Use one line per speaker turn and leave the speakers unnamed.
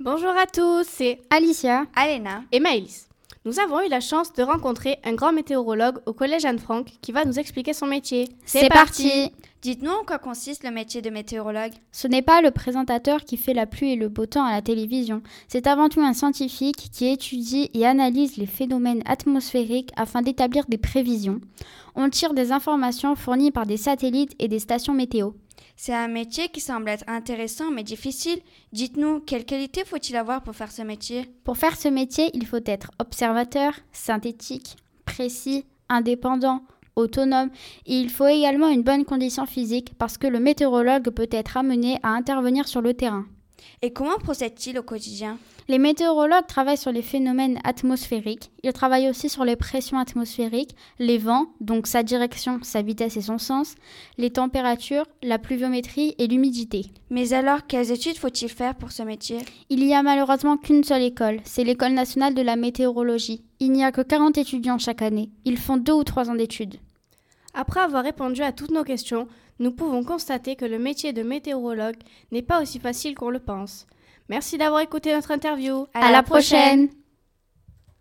Bonjour à tous, c'est
Alicia,
Alena,
et Maëlys. Nous avons eu la chance de rencontrer un grand météorologue au collège Anne-Franck qui va nous expliquer son métier.
c'est parti
dites-nous en quoi consiste le métier de météorologue.
Ce n'est pas le présentateur qui fait la pluie et le beau temps à la télévision, c'est avant tout un scientifique qui étudie et analyse les phénomènes atmosphériques afin d'établir des prévisions. On tire des informations fournies par des satellites et des stations météo.
C'est un métier qui semble être intéressant mais difficile. Dites-nous, quelles qualités faut-il avoir pour faire ce métier
Pour faire ce métier, il faut être observateur, synthétique, précis, indépendant, autonome. Et il faut également une bonne condition physique parce que le météorologue peut être amené à intervenir sur le terrain.
Et comment procède-t-il au quotidien
Les météorologues travaillent sur les phénomènes atmosphériques. Ils travaillent aussi sur les pressions atmosphériques, les vents, donc sa direction, sa vitesse et son sens, les températures, la pluviométrie et l'humidité.
Mais alors, quelles études faut-il faire pour ce métier
Il n'y a malheureusement qu'une seule école, c'est l'école nationale de la météorologie. Il n'y a que 40 étudiants chaque année. Ils font deux ou trois ans d'études.
Après avoir répondu à toutes nos questions, nous pouvons constater que le métier de météorologue n'est pas aussi facile qu'on le pense. Merci d'avoir écouté notre interview.
À la prochaine.